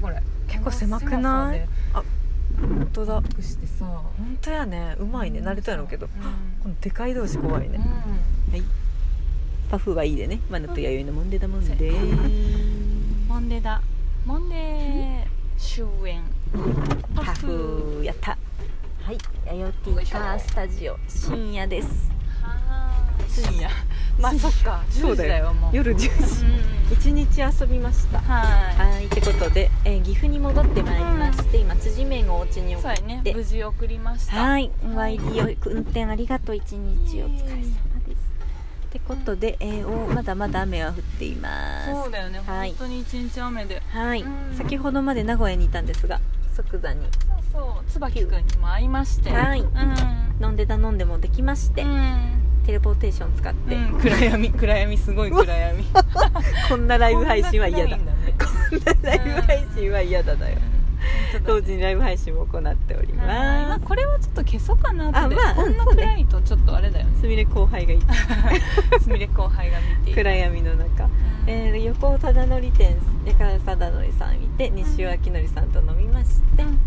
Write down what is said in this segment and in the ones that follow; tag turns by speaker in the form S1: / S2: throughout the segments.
S1: これ
S2: 結構狭く
S1: こ
S2: ない
S1: の狭さで
S2: 本当だ
S1: くしてさ
S2: 本当やねうまいね慣れたやろうけど
S1: うん
S2: このでかい同士怖いねパフはいいでねマナと弥生のもんでだもんで
S3: モンデーだモンデー終演
S2: パフやったはい弥生ティーカースタジオ深夜です
S1: 深夜まあそっか
S2: そ
S1: 10時
S2: うだよ
S1: だよもう
S2: 夜10時
S3: うん
S2: 一日遊びました
S3: は
S2: はいってことで、えー岐阜に戻ってまいりまして、今辻面をお家に
S3: い
S2: 送
S3: そう
S2: っ
S3: やね
S2: て
S3: 無事送りました
S2: はい、YD を運転ありがとう一日お疲れ様です。ってことで、えー、おまだまだ雨は降っていま
S3: そう
S2: す。
S3: だよね、
S2: はい
S3: 本当に一日雨で
S2: はい、
S3: うん
S2: 先ほどまで名古屋にいたんですが、即座に
S3: そうそう椿くんにも会いまして
S2: はい
S3: うん
S2: 飲んでた飲んでもできまして、
S3: うん
S2: テレポーテーション使って、
S3: うん暗闇暗闇すごい暗闇
S2: こんなライブ配信は嫌だ。
S3: こん
S2: こ
S3: な暗いんだね
S2: んなライブ配信は嫌だだよ。
S3: 本当
S2: 同
S3: だ
S2: 時にライブ配信も行っており
S3: はいま
S2: ま
S3: あ
S2: す。
S3: これはちょっと消そうかなって、
S2: あまあ
S3: こんな
S2: そうね
S3: 暗いとちょっとあれだよね
S2: すみれ後輩がいた
S3: すみれ後輩が見ている
S2: 暗闇の中。えー、横尾忠則店でから忠則さん見て西尾明則さんと飲みまして、
S3: うん
S2: うん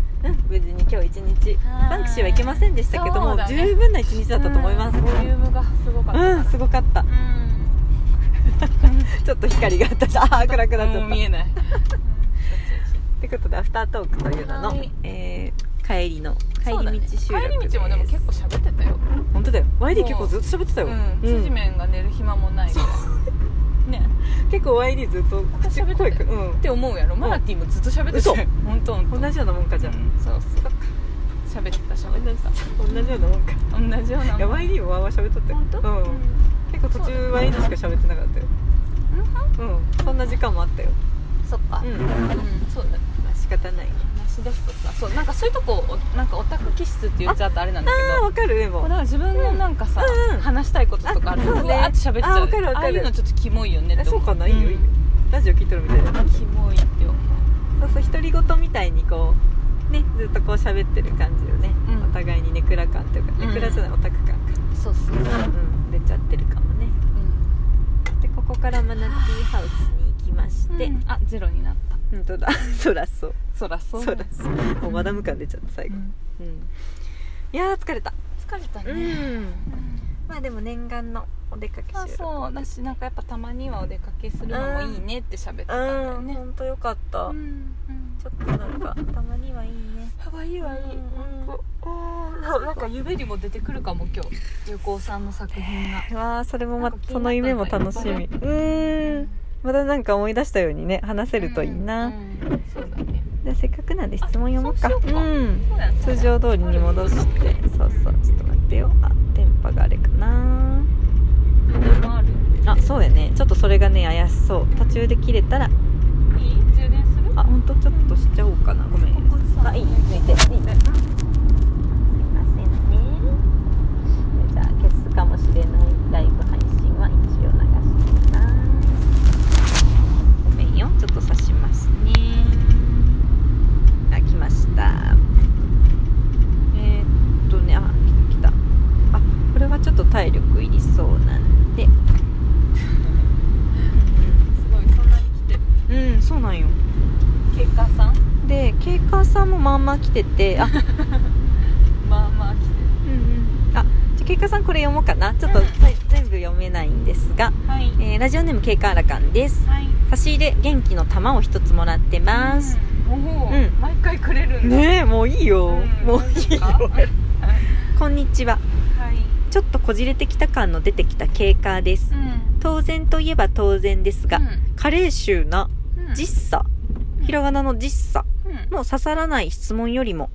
S2: 無事に今日一日
S3: はい
S2: バンクシーは行けませんでしたけど
S3: そ
S2: も、
S3: うだね
S2: 十分な一日だったと思います
S3: うんボリュームがすごかった
S2: う
S3: から
S2: ん、すごかった
S3: う
S2: ちょっと光があったしあー暗くなっち
S3: んもう
S2: ゃった
S3: 見えない
S2: ってことでアフタートークという名の、
S3: はい
S2: えー帰りの 帰
S3: そうだね
S2: り道収録
S3: 帰り道もでも結構喋ってたよ
S2: 本当だよ YD 結構ずっと喋ってたよ、
S3: うん辻面が寝る暇もないぐらいね
S2: 結構 YD ずっと口
S3: 喋ってた
S2: 声
S3: よ
S2: くうん
S3: って思うやろマナティもずっと喋って
S2: 嘘
S3: たよ本当本当
S2: 同じようなもんかじゃん、
S3: うんそうそう喋ってた喋ってた
S2: 同じようなもんか
S3: 同じようない
S2: や YD もわーわー喋っとったよ
S3: 本当
S2: うん結構途中
S3: そう
S2: YD しか喋ってなかったようんそんな時間もあったよ
S3: そっか
S2: うん
S3: うんそうだね
S2: まあ仕方ない
S3: 話出すとさそうなんかそういうとこおなんかオタク気質って言っちゃうとあれなんだけ
S2: ああ
S3: ど
S2: わかるで
S3: こう
S2: も
S3: なんか自分のなんかさ、
S2: うんうん
S3: 話したいこととかある
S2: あそうね
S3: わーって喋っちゃ
S2: あ
S3: う
S2: わかるわかる
S3: ああいうのちょっとキモいよねって
S2: えそ
S3: 思
S2: うかないいよいいよラジオ聞いとるみたいな
S3: うんキモいって思う
S2: そうそう独り言みたいにこうねずっとこう喋ってる感じよね、
S3: うん
S2: お互いにネクラ感というか
S3: うん
S2: ネクラじゃないオタク感か
S3: そうそう、
S2: うん出ちゃってるかもね
S3: う
S2: でここからマナティーハウスに行きまし
S3: ん、
S2: て、
S3: で、あゼロになった
S2: 本当だ そらそう
S3: そらそう
S2: そらそうもうマダム感出ちゃった最後、うん、いやー疲れた
S3: 疲れたね、
S2: うん
S3: うん
S2: まあでも念願のお出かけ
S3: あ
S2: 収録
S3: そうだしなんかやっぱたまにはお出かけするのもいいねって喋ってたんだよ
S2: うん
S3: ね
S2: 本当よかった、
S3: うん
S2: ち
S3: うん
S2: ょっとなんかたまにはいいね
S3: かわいいわいい、
S2: うん
S3: ほんとおーななんか夢にも出てくるかも今日横尾さんの作品が
S2: わあそれもま
S3: なんか気
S2: そ
S3: にな
S2: の
S3: ったんだ
S2: 夢も楽しみう
S3: いっ
S2: ーんまたなんか思い出したようにね話せるといいな、
S3: うんうんそうだね
S2: じゃあせっかくなんで質問読もうか
S3: あそうしようか
S2: ん
S3: そうだね
S2: 通常通りに戻してそうそうちょっと待ってよあ電波があれかな
S3: 夢もある
S2: あそうやねちょっとそれがね怪しそう途中で切れたら
S3: いい充電する
S2: あ本当ちょっとしちゃおうかなごめん
S3: こさ
S2: あいいついてついてすいませんねじゃあ消すかもしれないライブ配信は一応流してますごめんよちょっと刺しますねあ来ましたえー、っとねあ来たあこれはちょっと体力いりそうなんで
S3: すごいそんなに来てる
S2: うんそうなんよ
S3: 結果さん
S2: でケーカーさんもまあまあ来ててあ
S3: まあまあ来てる
S2: うんうんあじゃあケイカさんこれ読もうかなちょっと、
S3: うん
S2: さい全部読めないんですが、
S3: はい
S2: えーラジオネームケイカアラカンです
S3: はい
S2: 差し入れ元気の玉を一つもらってます、
S3: うんおお、
S2: うん
S3: 毎回くれるんだ
S2: ねえもういいよ、
S3: うん
S2: もういい
S3: なんか
S2: よ
S3: はい
S2: こんにちはちょっとこじれてきた感の出てきたケイカーです、
S3: うん
S2: 当然といえば当然ですが、
S3: うん
S2: カレー臭な
S3: うん
S2: 実さひらがなの実さ
S3: うんうん
S2: の刺さらない質問よりも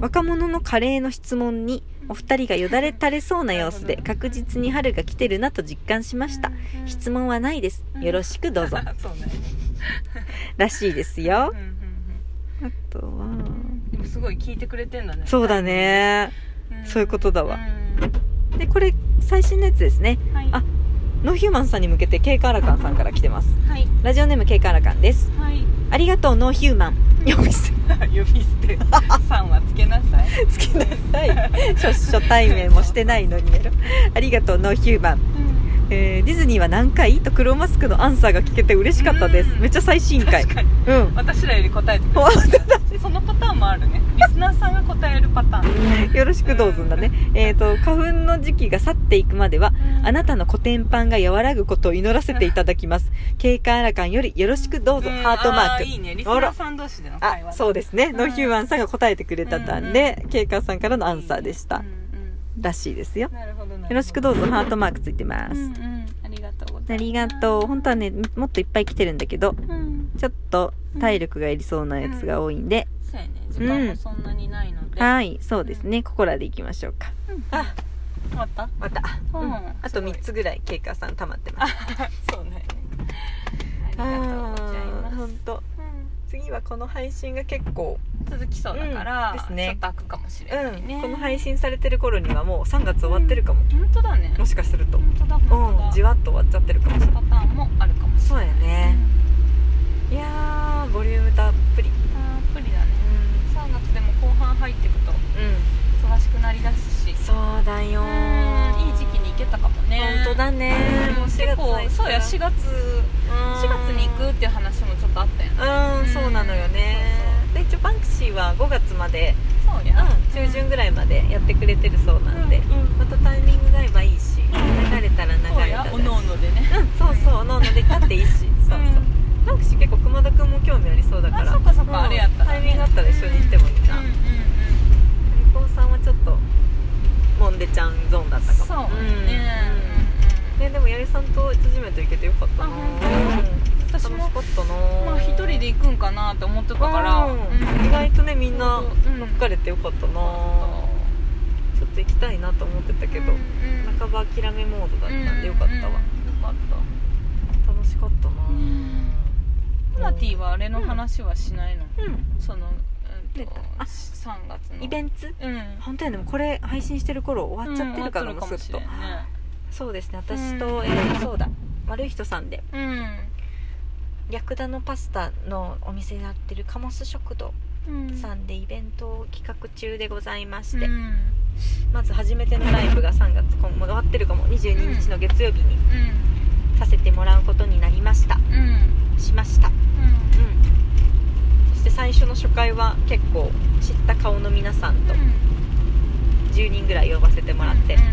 S2: 若者のカレーの質問にお二人がよだれ垂れそうな様子で確実に春が来てるなと実感しました
S3: うん
S2: 質問はないですよろしくどうぞ
S3: そうね
S2: らしいです
S3: う
S2: よ
S3: んうん
S2: あとは
S3: うんでもすごい聞いてくれてんだね
S2: そうだね
S3: ん
S2: そういうことだわ
S3: うん
S2: でこれ最新のやつですね
S3: はい
S2: あノーヒューマンさんに向けてケイカアラカンさんから来てます
S3: はい
S2: ラジオネームケイカアラカンです
S3: はい
S2: ありがとうノーヒューマン呼び捨て
S3: 呼び捨 てさんはつけなさい
S2: つ けなさい初初対面もしてないのにやろありがとうノーヒューマンえーディズニーは何回と黒マスクのアンサーが聞けて嬉しかったです
S3: うん
S2: めっちゃ最新回
S3: 確かに
S2: うん
S3: 私らより答えてく
S2: お
S3: れるそのパターンもあるねリスナーさんが答えるパターン
S2: よろしくどうぞだねえっ、と花粉の時期が去っていくまでは あなたのコテンパンが和らぐことを祈らせていただきます警戒アラカンよりよろしくどうぞ、
S3: うん
S2: ハートマー
S3: あ
S2: ク
S3: いいねリスナーさん同士での会
S2: あ
S3: 話
S2: そう
S3: で
S2: ですね、ノーヒューマンさんが答えてくれたたんで、警官さんからの
S3: ア
S2: アンサーでした、らしいですよ
S3: なるほどなるほど
S2: よろしくどうぞハートマークついてま
S3: う
S2: す、
S3: んうんありがとうござ
S2: あ
S3: います
S2: りがとう本当はねもっといっぱい来てるんだけど
S3: うん
S2: ちょっと体力がいりそうなやつが多いんで、
S3: そうやね時間もそんなにないので、
S2: はいそうですねここらでいきましょうか
S3: うん
S2: あ
S3: 終わった
S2: また、
S3: うん
S2: うんあと
S3: すごい
S2: 3つぐらい警官さん溜まってます
S3: そうねありがとうございます
S2: 本当
S3: うん
S2: 次はこの配信が結構、
S3: 続きそうだから、
S2: うんですね
S3: ちょっと開くかもしれ
S2: う
S3: ない
S2: ん
S3: ね、
S2: この配信されてる頃にはもう3月終わってるかも、
S3: 本当だね
S2: もしかすると、
S3: 本当だ本当
S2: うん
S3: だ
S2: じわっと終わっちゃってるかもしれない
S3: パターンもあるかもしれ
S2: そうや
S3: ない、
S2: ね、いやーボリュームたっぷり
S3: うんたっぷりだね3月でも後半入ってくと
S2: う
S3: 忙しくなりだすし
S2: んそうだよ
S3: うん
S2: ー
S3: いい時期に行けたかもね
S2: 本当だね
S3: うん
S2: もう
S3: 結構そうや4
S2: 月
S3: 月4月に行くっていう話もちょっとあったよね
S2: うんそうなのよねで一応バンクシーは5月まで、
S3: そう
S2: う
S3: や
S2: ん、中旬ぐらいまでやってくれてるそうなんで、
S3: うんうん
S2: またタイミングが合えばいいし流れたら流れ
S3: そう
S2: た
S3: や
S2: ら
S3: おのおのでね
S2: うんそうそうおのおので勝っていいしそうそう、バンクシー結構熊田君も興味ありそうだか
S3: あ
S2: ら
S3: そっかそっか、
S2: うん
S3: あれやったらね
S2: タイミングあったら一緒に行ってもいいな
S3: うん
S2: う
S3: うん
S2: んこうさんはちょっとモンデちゃんゾーンだっ
S3: うん
S2: たかも
S3: そうね、
S2: うんねでもやりさんと辻めと行けてよかったな
S3: あ本
S2: うん
S3: 私も
S2: 楽しかったな
S3: まあ一人で行くんかなって思ってたから、
S2: うん
S3: うん
S2: 意外とねみんな
S3: うん
S2: 乗っかれてよかったな、ちょっと行きたいなと思ってたけど、
S3: うんうん
S2: 半ば諦めモードだったんでよかったわ、
S3: うんうんよかっ
S2: 楽しかったな、
S3: んたマナティーはあれの
S2: うん
S3: 話はしないの、
S2: うん
S3: その、うん
S2: 出
S3: と
S2: たあ
S3: 3月の
S2: イベント
S3: うん
S2: 本当やねもうこれ配信してる頃終わっちゃってるか
S3: う
S2: ら
S3: ん終わ
S2: もう
S3: って
S2: す
S3: る
S2: っと
S3: かもしれないね
S2: そうですね
S3: うん
S2: 私と、えーそうだ丸い人さんで
S3: う
S2: ヤクダのパスタのお店でやってるカモス食堂
S3: んうん
S2: さんでイベントを企画中でございまし
S3: うん
S2: て、
S3: うん
S2: まず初めてのライブが3月今後終わってるかも22日の月曜日にさせてもらうことになりました
S3: うんうん
S2: しましたうんそして最初の初回は結構知った顔の皆さんと10人ぐらい呼ばせてもらって
S3: うん、うん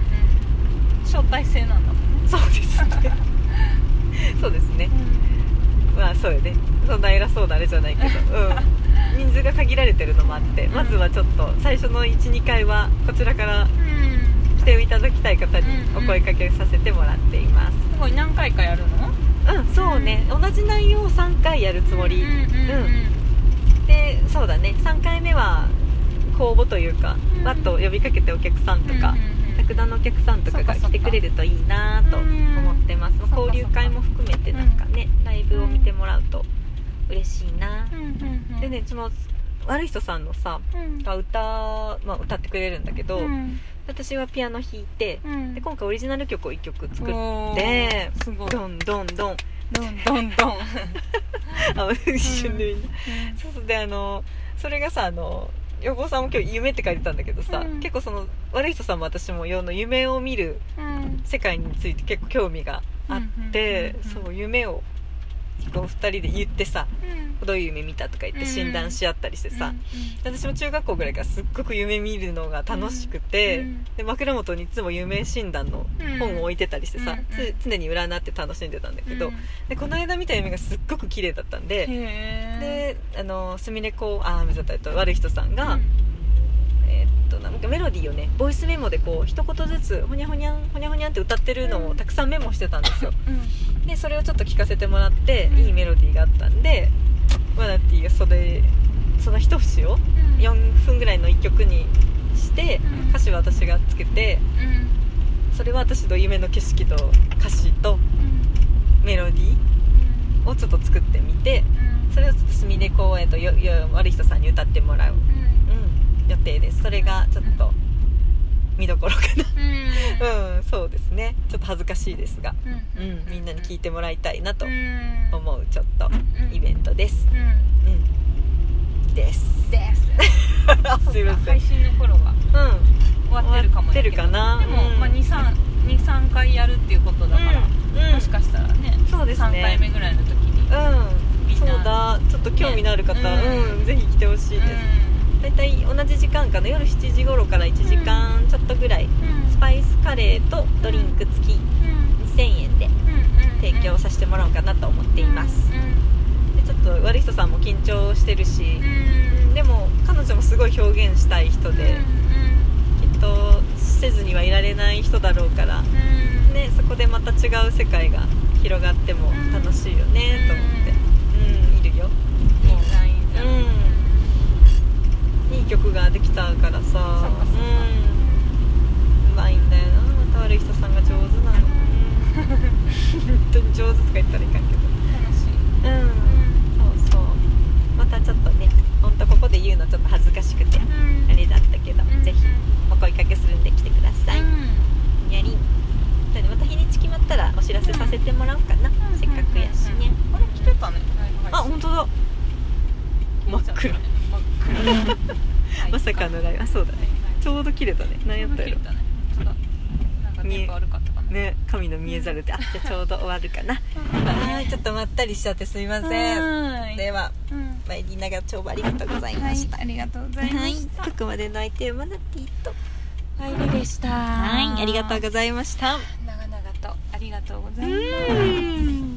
S3: 招待制なんだもんね
S2: そうです ねそうですねまあそうよねそんな偉そうなあれじゃないけ ど、うん、人数が限られてるのもあってまずはちょっと最初の12回はこちらから
S3: うん
S2: 来ていただきたい方にお声かけさせてもらっています
S3: すごい何回かやるの
S2: うん、そうね、同じ内容を3回やるつもり、
S3: うんうんうん
S2: でそうだね3回目は公募というか、
S3: うん
S2: わっと呼びかけてお客さんとか、
S3: うん
S2: 楽団のお客さんとかが
S3: そっかそ
S2: 来
S3: っか
S2: てくれるといいなと思ってます、
S3: うん
S2: 交流会も含めてなんかね、ライブを見てもらうと嬉しいな、
S3: うんうんうん
S2: でねその悪い人さんのさ
S3: うん
S2: が歌,、まあ、歌ってくれるんだけど、
S3: うん
S2: 私はピアノ弾いて、
S3: うん
S2: で今回オリジナル曲を1曲作って
S3: お
S2: て
S3: ーすごいどん
S2: どんどんどん
S3: どんどん
S2: あ一瞬でみんな、そうそうであのそれがさあの横尾さんも今日「夢」って書いてたんだけどさ、
S3: うん
S2: 結構その悪い人さんも私も世の夢を見る
S3: うん
S2: 世界について結構興味があって、
S3: うんうんうんうん
S2: そう夢をこう2人で言ってさ「どういう夢見た?」とか言って診断し合ったりしてさ、私も中学校ぐらいからすっごく夢見るのが楽しくて、
S3: うん
S2: で枕元にいつも夢診断の本を置いてたりしてさ、
S3: うん
S2: つ常に占って楽しんでたんだけど、
S3: うん
S2: でこの間見た夢がすっごく綺麗だったんで、
S3: へ
S2: であのスミレコあ間違ったえっと悪い人さんが、えーっとなんかメロディーをねボイスメモでこう一言ずつほにゃほにゃんほにゃほにゃんって歌ってるのをたくさんメモしてたん ですよでそれをちょっと聞かせてもらって、
S3: うん
S2: いいメロディーがあったんでマナティーがそれその一節を4分ぐらいの1曲にして、
S3: うん
S2: 歌詞は私がつけてそれは私の夢の景色と歌詞とメロディーをちょっと作ってみてそれをちょっとスミレコを、えっと、よよ悪い人さんに歌ってもらううん、予定ですそれがちょっと見どころかなうんそうですねちょっと恥ずかしいですが、うん、みんなに聞いてもらいたいなと思うちょっとイベントです うんですすいません
S3: 配信の頃は
S2: うん
S3: 終終わってるかもやけど
S2: 終わってるかな
S3: でも、
S2: うん
S3: まあ、23回やるっていうことだから、
S2: うん、
S3: もしかしたらね
S2: そうですね
S3: 3回目ぐらいの時に
S2: うん
S3: みん
S2: そ
S3: な
S2: うだちょっと興味のある方、
S3: ねうん
S2: うんぜひ来てほしいです、大体同じ時間かな夜7時頃から1時間ちょっとぐらい、スパイスカレーとドリンク付き2000円で提供させてもらおうかなと思っています、でちょっと悪い人さんも緊張してるし、うんでも彼女もすごい表現したい人で、きっとせずにはいられない人だろうから、ね、そこでまた違う世界が広がっても楽しいよね、と思ってうんいるよ
S3: いいじゃんいいじゃん
S2: いい曲ができたか
S3: そっか
S2: らさ
S3: そっか
S2: うんうまいんだよなまた悪い人さんが上手なの、うん、本当に上手とか言ったらいかんけど
S3: 楽しい
S2: うんそうそうまたちょっとね本当ここで言うのちょっと恥ずかしくてあれだったけど、ぜひお声かけするんで来てください、やりんそれでまた日にち決まったらお知らせさせてもらおうかな、せっかくやしね、
S3: あれ来てたねライブ配信
S2: あ本当だ真っ暗
S3: 真っ暗
S2: まさかのライブあそうだねちょうど切れたね何やったやろ
S3: 切れたね本当だなんかテンポ悪かったかな
S2: ね神の見えざるであじゃあちょうど終わる かなはいちょっとまったりしちゃってすみません
S3: はい
S2: では
S3: うん
S2: 参りながら帳簿ありがとうござい
S3: は
S2: ま
S3: い
S2: した、
S3: ありがとうございま
S2: はい
S3: した、
S2: ここまでの相手はマナティと
S3: ライブでした
S2: はいありがとうございました
S3: 長々とありがとうございます
S2: うん